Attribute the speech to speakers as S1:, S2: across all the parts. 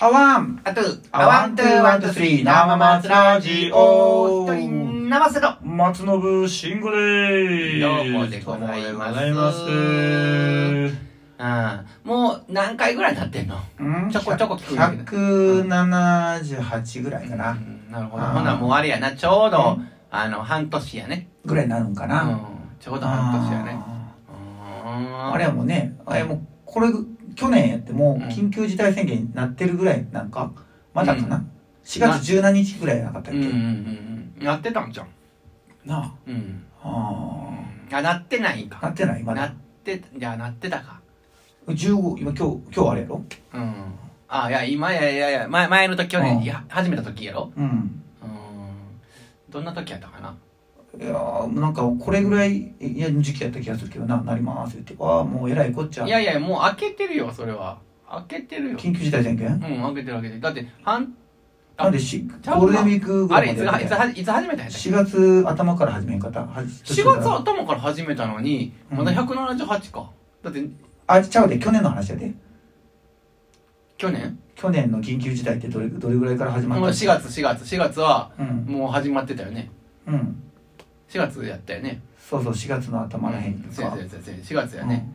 S1: あワン、あトゥ、あワン、トゥ、ワン、トゥ、スリー、生松ラジオ
S2: 一人生せろ
S3: 松信慎吾でーす。
S2: どうもでござ
S3: どうもで
S2: います
S3: ございます
S2: うん。もう何回ぐらい経ってんの
S1: うん
S2: ちょこちょこ聞くんだけど
S1: 178ぐらいかな、
S2: うんなるほど。
S1: あー
S2: ほな、もうあれやな、ちょうど、
S1: う
S2: あの、半年やね。
S1: ぐらいになるんか
S2: う
S1: な、
S2: ん。ちょうど半年やね。
S1: あー
S2: あ
S1: あれはもうねあれもうこれ去年やっても
S2: う
S1: うん緊急事態宣言になってるぐらいなんかまだかな、
S2: う
S1: 4月17日ぐらいやなかった
S2: う
S1: っ
S2: ん
S1: け、
S2: うんうんうん。なってたんじゃん。
S1: なあ
S2: うん。
S1: あ
S2: あ、なってない
S1: ーな
S2: か。
S1: ってないま
S2: な
S1: だ
S2: って、じゃあなってたか。
S1: 15今今日今日あれやろ
S2: うん。あ、いや、今、いやいやいや、前、前の時、去
S1: う
S2: 年、
S1: ん
S2: いや、始めた時やろ。
S1: うん
S2: うん。どんな時やったかな。
S1: いやーなんかこれぐらいいや時期やった気がするけどななりますって言ってああもうえらいこっちゃ
S2: いやいや、もう開けてるよ、それは。開けてるよ。
S1: 緊急事態宣言
S2: うん、開けてる開けてる。だって、半、あ
S1: なんでし
S2: ちゃうな
S1: ゴールデンウィークぐ
S2: あ
S1: ら
S2: れ、
S1: い
S2: いつ、
S1: まで
S2: いつ、
S1: やっ
S2: いつ始めたんやったっけ
S1: 4月頭から始めんかったはじ
S2: ?4 月頭から始めたのに、まだ
S1: うん
S2: 178か。だって、
S1: あちゃうで去年の話やで
S2: 去年
S1: 去年の緊急事態ってどれどれぐらいから始ま
S2: も
S1: っ
S2: う
S1: た
S2: 4月、4月、4月は、
S1: うん
S2: もう始まってたよね。
S1: うん
S2: 4月やったよね。
S1: そうそう4月の頭らへん
S2: うん
S1: と
S2: そうや
S1: か
S2: そうやそうや4月やね。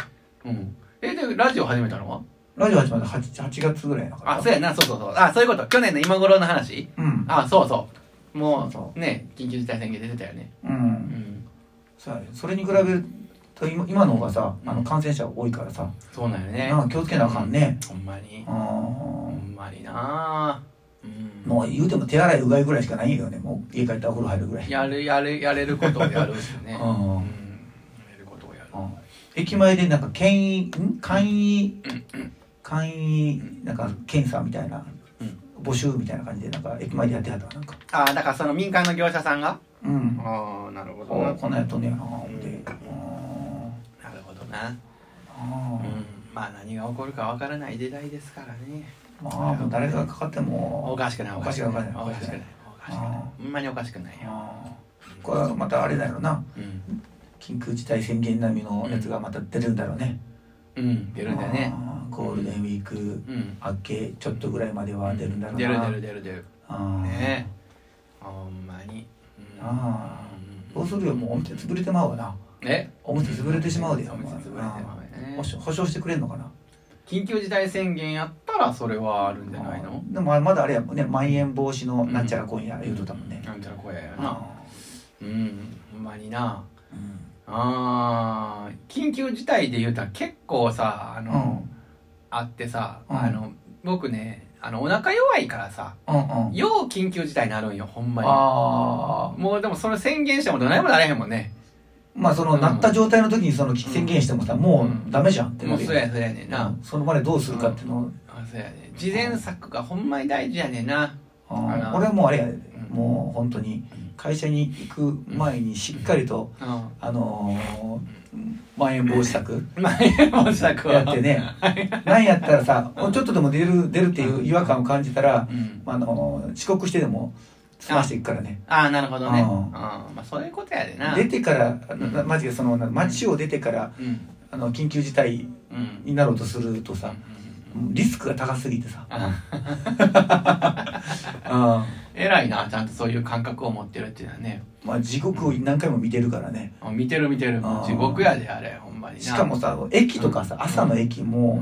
S2: うん。え、で、ラジオ始めたのは
S1: うんラジオ始まった 8, 8月ぐらいやなかった
S2: あ、そうやな、そうそうそう。あ、そういうこと。去年の今頃の話
S1: うん
S2: あ、そうそう。も
S1: そう
S2: う、ね、緊急事態宣言出てたよね。
S1: う
S2: うんん。
S1: そうやねそれに比べると今今の方がさ
S2: うん
S1: あの感染者多いからさ
S2: そうなんよね。
S1: なんか気をつけなあかんね
S2: ほんまに。
S1: あ
S2: ほ
S1: ー
S2: んまになうん。
S1: もう言うても手洗いうがいぐらいしかないんやけどねもう家帰ったらお風呂入るぐらい
S2: やるやるやれることをやるしね
S1: う
S2: うんん
S1: うん
S2: やれることをやる
S1: 駅前でなんか簡易ん簡易簡易なんか検査みたいな
S2: うん
S1: 募集みたいな感じでなんか駅前でやってはったわなんか
S2: ああだからその民間の業者さんが
S1: うん
S2: ああなるほどな
S1: あこんなんやっとんねやな思って
S2: うんなるほどな
S1: あ
S2: う
S1: ー
S2: んまあ何が起こるかわからない時代ですからね
S1: まあもう誰がかかって
S2: お
S1: も
S2: かしくないおかしくないお
S1: お
S2: か
S1: か
S2: し
S1: し
S2: く
S1: く
S2: な
S1: ないい
S2: おかしくない
S1: あ
S2: ほんまにおかしくないよ
S1: あーこれはまたあれだよな
S2: うん
S1: 緊急事態宣言並みのやつがまた出るんだろうね
S2: うん出るんだよね
S1: あーゴールデンウィーク
S2: うん
S1: 明けちょっとぐらいまでは出るんだろう
S2: 出る
S1: な
S2: 出る出る出る
S1: あー
S2: ねほんまにうん
S1: あ
S2: う
S1: ど
S2: ん
S1: うするよもうお店潰れてまうわな
S2: え
S1: お店潰れてしまうで
S2: お店潰れてまうよね
S1: 保証保証してくれんのかな
S2: 緊急事態宣言やったらそれはあるんじゃないの
S1: あーでもまだあれやもんねまん延防止のなんちゃら今夜言うとったもんね
S2: なんちゃら声やな
S1: あ
S2: うんほんまにな
S1: ーうん
S2: あー緊急事態で言うたら結構さあ
S1: う
S2: の、
S1: ん
S2: あってさ、
S1: うん
S2: あの僕ねあのお腹弱いからさ
S1: うんうん
S2: よう緊急事態になるんよほんまに
S1: ああ
S2: もうでもそれ宣言してもどないもなれへんもんね
S1: まあその、
S2: うん
S1: なった状態の時にその宣言してもさ、も
S2: うん
S1: うダメじゃんってな
S2: もう
S1: るよ
S2: そうやそうやねんな、
S1: うんその場でどうするかっていうのを、
S2: あそうやね事前策がほんまに大事やねんな
S1: あー
S2: あら
S1: 俺はもうあれや、
S2: ん
S1: もう本当に会社に行く前にしっかりと、
S2: うん
S1: あのー、まん延防止 策
S2: まあ予防策は
S1: やって ねなんやったらさちょっとでも出る出るっていう違和感を感じたら、
S2: うん
S1: あのー遅刻してでも済ましていくからね
S2: ああなるほどねう
S1: うんん
S2: まあそういうことやでな
S1: 出てからあのなマジでそのな街を出てから
S2: うん
S1: あの緊急事態
S2: うん
S1: になろうとするとさ
S2: うん
S1: リスクが高すぎてさ
S2: あ
S1: あ
S2: 偉いなちゃんとそういう感覚を持ってるっていうのはね
S1: まあ地獄を何回も見てるからね
S2: あ見てる見てる
S1: あー
S2: 地獄やであれほんまにな
S1: しかもさ駅とかさ
S2: うん
S1: 朝の駅
S2: うん
S1: も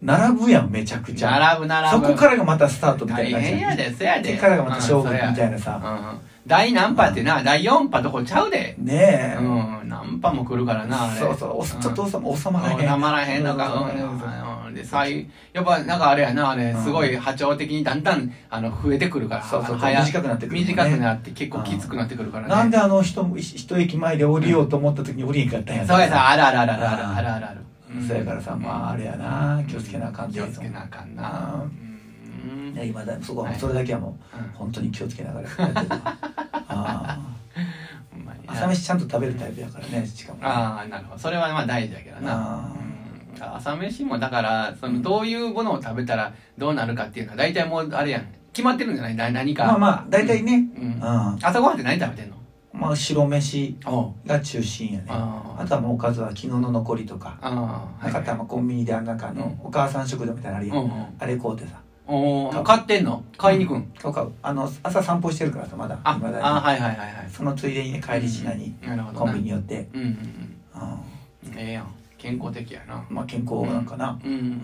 S1: 並ぶやんめちゃくちゃ
S2: 並ぶ並
S1: そ
S2: ぶ
S1: こからがまたスタートみた
S2: 大
S1: いな感じ
S2: 変やでそやで
S1: でからがまた勝負
S2: うん
S1: み
S2: そや
S1: たいなさ
S2: うん第何波ってな第4波とこちゃうで
S1: ねえ
S2: うん何波も来るからなあれ
S1: そうそうおちょっと
S2: うん
S1: 収ま収まらへん
S2: 収まらへんのか
S1: そううそうんそう
S2: うんで最やっぱなんかあれやなあれ
S1: うん
S2: すごい波長的にだんだんあの増えてくるから
S1: そうそう
S2: 早い
S1: 短くなってくるもんね
S2: 短くなって結構きつくなってくるからね
S1: なんであの人も一一駅前で降りようと思った時に降りへんかったんや
S2: そうやさ、あるあるあるあるあるあるあるある。
S1: そうやからさまああれやな気をつけなあかん
S2: 気をつけなあかんな。
S1: う
S2: うん
S1: いや今だそこは
S2: はい
S1: それだけはも
S2: うん
S1: う本当に気をつけながらやっ てるわあ
S2: ほんまに
S1: ー
S2: な
S1: 朝飯ちゃんと食べるタイプやからねしかも
S2: ああ、なるほど。それはまあ大事だけどな
S1: あ。ー
S2: うん朝飯もだから、そのどういうものを食べたらどうなるかっていうのは大体もうあれやん。決まってるんじゃないな何か。
S1: まあまあ大体ね
S2: うん。うん
S1: あ
S2: 朝ごはんって何食べてんの
S1: まあ白飯
S2: おう。
S1: が中心やね
S2: あー
S1: あとはもうおかずは昨日の残りとか
S2: ああ。
S1: なかったらまあコンビニであん中
S2: う
S1: の
S2: ん
S1: お母さん食堂みたいなのある
S2: うん
S1: や
S2: うんん。
S1: あれ買うてさ
S2: うおお買ってんの買いに行くん
S1: とかあの朝散歩してるからさまだ
S2: あ
S1: 未だに
S2: あはいはいはいはい
S1: そのついでにね帰りしなに
S2: なるほど
S1: コ
S2: な
S1: ン
S2: う
S1: ビ
S2: ん
S1: ニ寄って、
S2: うんうん
S1: う、
S2: ええやん健康的やなん
S1: まあ健康なんかな、
S2: うん
S1: うん、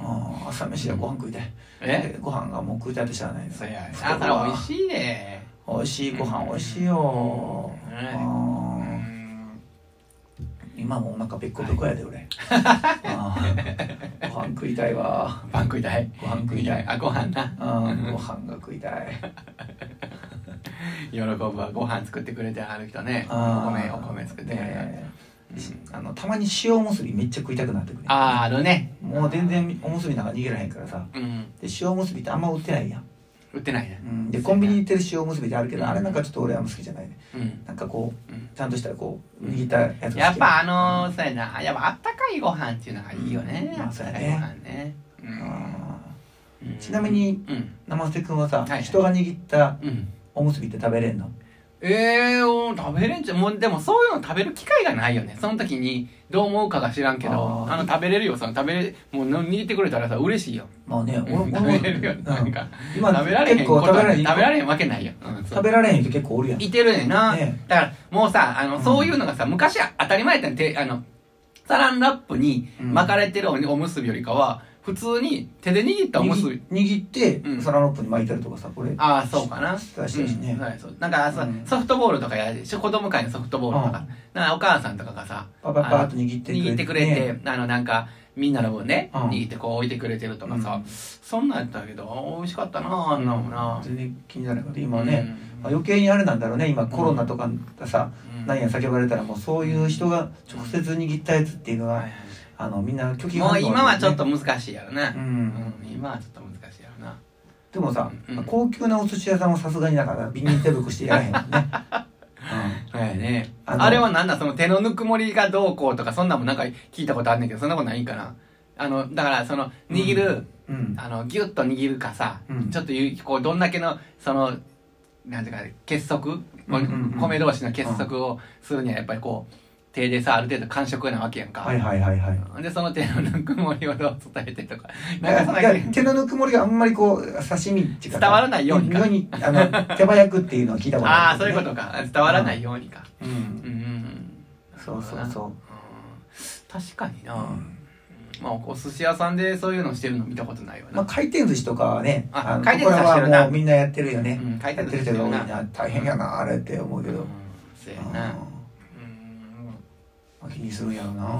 S1: 朝飯でご飯食いたい
S2: え
S1: ご飯がもう食いたいとしゃあない
S2: そや
S1: そ
S2: あ
S1: こ
S2: そら美
S1: は
S2: 味しいね
S1: 美味しいご飯美味しいよ、
S2: うん
S1: あ
S2: う
S1: ー
S2: ん
S1: 今もうお腹ペッコペコやで俺あーご飯食いたいわ
S2: パン食いた い
S1: ご飯食いたい
S2: あご飯な
S1: うんご飯が食いたい
S2: 喜ぶわご飯作ってくれてはる人ねお
S1: あ
S2: 米
S1: ー
S2: お米作ってくれてはる
S1: ね
S2: うん
S1: あのたまに塩おむすびめっちゃ食いたくなってくる
S2: あーあるね
S1: もう全然おむすびなんか逃げらへんからさ
S2: うん
S1: で塩おむすびってあんま売ってないやん、
S2: 売ってないね
S1: うん、でコンビニに売ってる塩おむすびってあるけどあれなんかちょっと俺はあんま好きじゃないね
S2: うん
S1: なんかこ
S2: うん
S1: うちゃんとしたこう握ったやつが好き
S2: やっぱあのー、そうやなやっぱあったかいご飯っていうのがいいよね、
S1: うん
S2: あったかいご飯ね、うん
S1: ちなみに
S2: うん、
S1: 生瀬くんはさ、
S2: はいはい
S1: 人が握った
S2: うん、
S1: おむすびって食べれんの
S2: えー、お食べれんじゃもうでもそういうの食べる機会がないよねその時にどう思うかが知らんけど
S1: あ
S2: あ
S1: ー
S2: の食べれるよその食べれもう握ってくれたらさ嬉しいよ
S1: まあね、俺
S2: う
S1: 俺
S2: ん食
S1: も
S2: べれるよ
S1: うん
S2: なんか
S1: 今
S2: 食べられへん
S1: 結
S2: こ
S1: 構
S2: と
S1: 食べられへん
S2: 食べられへんわけないよ、うん、そう
S1: 食べられへん人結構おるやん
S2: いてるねんな、
S1: ね
S2: だからもうさあの、
S1: うん
S2: そういうのがさ昔は当たり前やったんてあのサランラップに
S1: うん
S2: 巻かれてるおにおむすびよりかは普通に手で握ったおむすび
S1: 握握って、
S2: うん
S1: サランラップに巻いたりとかさこれ
S2: ああそうかな
S1: ししたしね
S2: うんはいそうなんかさ、
S1: うん
S2: ソフトボールとかやるでしょ子供会のソフトボールとか,、なんかお母さんとかがさ
S1: パパパーっと握って
S2: 握ってくれて、あのなんかみんなの分ね、
S1: うん
S2: 握ってこう置いてくれてるとかさ、
S1: うん
S2: そんなんやったけどあ美味しかったなあんなもんな、
S1: 全然気にならないけど今ね、
S2: うん
S1: まあ余計にあれなんだろうね今コロナとかがさ、
S2: うん
S1: なんや叫ばれたらもうそういう人が直接握ったやつっていうのは、
S2: はいはい
S1: あのみんな拒否
S2: もう
S1: 反応
S2: 今はちょっと
S1: ね
S2: 難しいやろな、
S1: う
S2: うん
S1: ん、
S2: 今はちょっと難しいやろな
S1: でもさ、
S2: うん
S1: 高級なお寿司屋さんはさすがにだからビニール手袋していられへん もんね、
S2: はいね
S1: あの
S2: あれはなんだその手のぬくもりがどうこうとかそんなんもなんか聞いたことあんねんけどそんなことないんかなあのだからその握る、
S1: うんうん、
S2: あのギュッと握るかさ、
S1: うん
S2: ちょっとゆこうどんだけのそのなんていうか結束、
S1: うんうんうん
S2: 米同士の結束をするにはやっぱりこう手でさある程度感触なわけやんか、
S1: はいはいはいはい
S2: でその手のぬくもりをどう伝えてとか
S1: だか
S2: な
S1: ら
S2: んかそん
S1: だ
S2: な
S1: から手のぬくもりがあんまりこう刺身っていうか
S2: 伝わらないようにか
S1: 世にあの手早くっていうのを聞いたこと
S2: ああ
S1: る
S2: そういうこと か伝わらないようにか、
S1: う
S2: うんんうんうん
S1: そうそうそう
S2: うん確かにな、
S1: うん
S2: まあお寿司屋さんでそういうのしてるの見たことないわな、
S1: まあ回転寿司とかはね
S2: あ
S1: あの
S2: 回
S1: とこ
S2: 転寿
S1: ろ
S2: 司はしてるな
S1: はもうみんなやってるよね
S2: うん回
S1: や
S2: 転
S1: っ
S2: 寿
S1: て
S2: 司
S1: る
S2: して
S1: 人が多
S2: る
S1: い
S2: な
S1: な大変やなあれって思うけ
S2: う
S1: ど
S2: んそうやな
S1: うん
S2: うん
S1: まあ気にするんやろな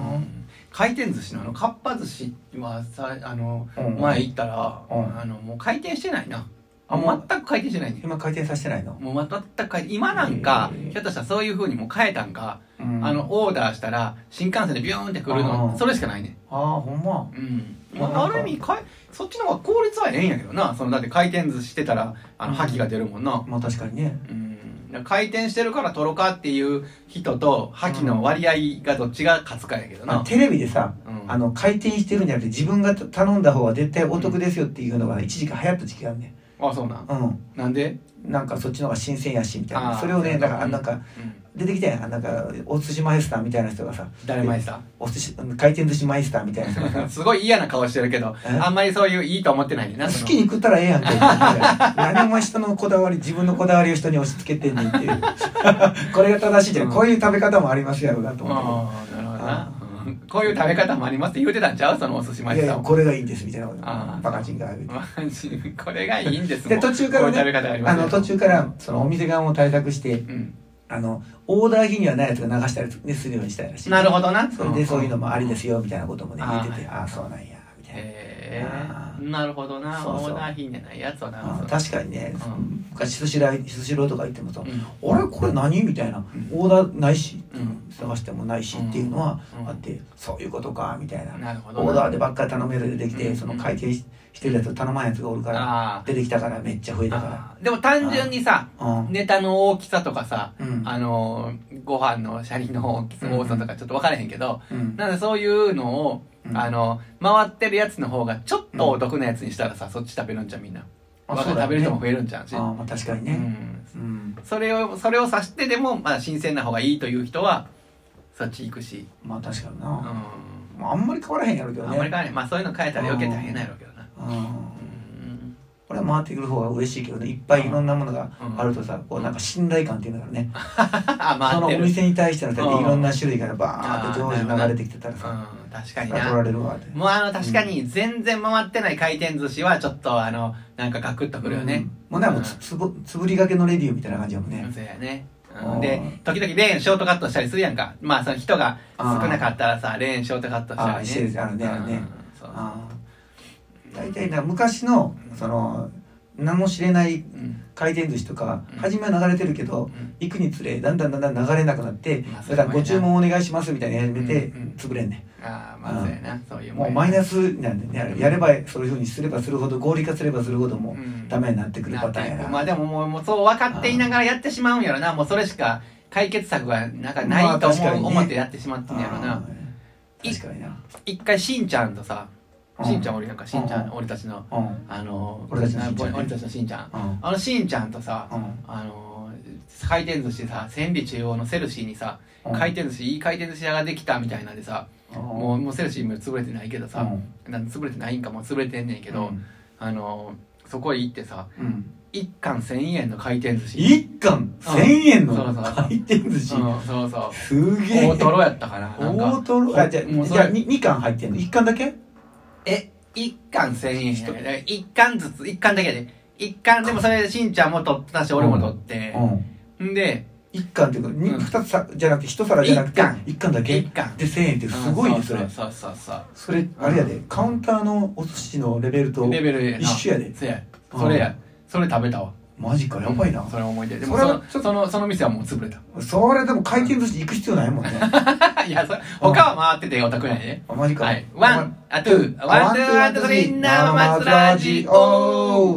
S2: 回転寿司のあのかっぱ寿司はさあの、
S1: うん
S2: 前行ったら、
S1: うん
S2: あのもう回転してないな
S1: あもう
S2: 全く回転してないね
S1: 今回転させてないの
S2: もう全く回転今なんか、
S1: へー
S2: ひょっとしたらそういうふうにもう変えたんか、
S1: うん
S2: あのオーダーしたら新幹線でビューンって来る
S1: あ
S2: の
S1: ー
S2: それしかないね
S1: ああほんま
S2: うん、
S1: まあ
S2: まあ、
S1: な
S2: あ
S1: んか
S2: る意味かいそっちの方が効率はええんやけどなそのだって回転寿司してたらあの
S1: うん
S2: 覇気が出るもんな、
S1: まあ確かにね
S2: うん、だから回転してるからとろかっていう人と覇気の割合がどっちが勝つかやけど
S1: ま
S2: な、
S1: あテレビでさ
S2: うん
S1: あの回転してるんじゃなくて自分が頼んだ方が絶対お得ですよっていうのが一時期流行った時期があるね
S2: あそうなん
S1: うん
S2: なんで、
S1: なんかそっちの方が新鮮やしみたい
S2: あ
S1: な
S2: ー
S1: それをねだか
S2: う
S1: ら
S2: ん
S1: なんか出てきたやんなんかお寿司マイスターみたいな人がさ
S2: 誰前さ
S1: お寿司回転寿司マイスターみたいな人がさ
S2: すごい嫌な顔してるけど
S1: え
S2: あんまりそういういいと思ってないねんなそ
S1: 好
S2: の
S1: きに食ったらええやんけって言って何も人のこだわり自分のこだわりを人に押し付けてんねんっていう これが正しいじゃんこういう食べ方もありますやろうなと思っ
S2: ああなるほどな、うんこういう食べ方もありますって言うてたんちゃうそのお寿司
S1: て
S2: 前
S1: いやいや
S2: さん
S1: これがいいんですみたいなこと
S2: あー
S1: バカチンがある
S2: マジこれがいいんですも
S1: で
S2: ん
S1: 途中から
S2: こういう食べ方があ
S1: ね
S2: りま
S1: あ
S2: すよ
S1: の途中からそのお店側も対策して
S2: うん
S1: あのオーダー日にはないやつが流したりするようにしたいらしい
S2: なるほどな
S1: それでそういうのもありですよみたいなこともね
S2: うん
S1: 言っててああーそうなんやみたいな
S2: へ
S1: あ
S2: えなるほどな
S1: そうそう
S2: オーナー品じゃないやつをな
S1: あー確かにね
S2: うん
S1: 昔寿司ら寿司郎とか行ってもさ
S2: う
S1: 「
S2: ん
S1: あれこれ何?」みたいな「オーダーないし」
S2: うん
S1: 探してもないしっていうのは
S2: うん
S1: あってそういうことかみたいな
S2: なるほどな
S1: オーダーでばっかり頼めるででき
S2: う
S1: て
S2: ん
S1: その回転ししてるやつ頼まんやつがおるから
S2: あー
S1: 出てきたからめっちゃ増えたか
S2: あーでも単純にさ
S1: らうん
S2: ネタの大きさとかさ
S1: うん
S2: あのーご飯のシャリの大きさ
S1: うん
S2: 多さとかちょっと分からへんけど
S1: うん
S2: なんでそういうのを
S1: うん
S2: あの回ってるやつの方がちょっとお得なやつにしたらさそっち食べるんじゃんみんな
S1: あそうだよね
S2: 食べる人も増えるんじゃんし
S1: あーまあ確かに
S2: う
S1: ね
S2: ん
S1: うん
S2: それをそれを指してでもまあ新鮮な方がいいという人はそっち行くし
S1: まあ確かに
S2: うん
S1: なまああんまり変わらへんやろうけど
S2: あんまり変わ
S1: ね
S2: らないまあそういうの変えたら余計大変なんやろうけどな
S1: うん
S2: うん
S1: これは回ってくる方が嬉しいけどねいっぱいいろんなものがあるとさ、こうなんか信頼感っていうのがね、
S2: あ
S1: そのお
S2: 回ってる
S1: 店に対してのだって
S2: うん
S1: いろんな種類がバーって上手に流れてきてたら
S2: うん
S1: さ、
S2: 確かに
S1: そりゃ取ら
S2: な
S1: れるわって。
S2: もうあの確かに全然回ってない回転寿司はちょっとあのなんかガクッとくるよね、
S1: うんもうね、もうつつぶつぶりがけのレディーみたいな感じだもんね。
S2: そうやね、
S1: う
S2: うんん、で時々レーンショートカットしたりするやんかまあその人が少なかったらさレーンショートカットした
S1: あー
S2: り
S1: してる
S2: ね
S1: やつあるねあるね
S2: うんそう
S1: あー大体な昔のその名も知れない
S2: うん
S1: 回転寿司とか、
S2: うん
S1: 初めは流れてるけど
S2: うん
S1: 行くにつれだんだんだんだん流れなくなって、
S2: まあ
S1: だから
S2: そうやな
S1: ご注文お願いしますみたいなのやめて、
S2: うんうん
S1: 潰れんね
S2: ああまあそうやなそういう
S1: もうマイナ
S2: ス
S1: スなんでねあれやればそういうふうにすればするほど合理化すればするほどもうダメになってくるパターンやな、
S2: まあでももうもうそう分かっていながらやってしまうんやろなもうそれしか解決策がなんかない
S1: まあ
S2: と
S1: 確かに
S2: 思う
S1: ね
S2: 思ってやってしまってんやろ
S1: あ
S2: な
S1: ー確かにな
S2: 一回しんちゃんとさ
S1: うん
S2: しんちゃん俺なんかしんちゃ
S1: うん
S2: ん俺たちの
S1: うん
S2: あの
S1: 俺たちのしんちゃんね
S2: 俺たちのしんちゃん
S1: うん
S2: あのしんちゃんとさ
S1: うん
S2: あのー回転寿司さ千里中央のセルシーにさ
S1: うん
S2: 回転寿司いい回転寿司屋ができたみたいなんでさもうもうセルシーも潰れてないけどさなん潰れてないんかもう潰れてんねんけど
S1: うん
S2: あのーそこへ行ってさ
S1: うん
S2: 一貫1000円の回転寿司
S1: 一貫1000円の
S2: そうそう
S1: 回転寿司
S2: うんそうそう
S1: すげえ
S2: 大トロやったかななん
S1: 大
S2: か
S1: トロあじゃあ
S2: もうそ
S1: じ
S2: れ
S1: ゃあ 2, 貫入ってんの1貫だけ
S2: え一貫1000円やで一貫ずつ一貫だけやで一貫でもそれでしんちゃんも取ったし俺も取って
S1: うん
S2: んで
S1: 1貫っていうか 2,
S2: うん
S1: つさじゃなくて1皿じゃなくて
S2: 一貫
S1: 1貫だけ
S2: 一貫
S1: で1000円ってすごいねそれ
S2: そうそうそう
S1: それあれやでカウンターのお寿司のレベル
S2: そう
S1: と
S2: レベルやな
S1: 一緒やで
S2: そうやそれやそれ食べたわ
S1: マジかやばいな
S2: それ思い出でも
S1: それ
S2: そ
S1: は
S2: のそのその店はもう潰 れた
S1: それでも回転寿司行く必要ないもんね
S2: いやそれ他は回っててお宅やね
S1: あマジか
S2: はいワンアトゥーワンツーワンツースリー生松ラジオ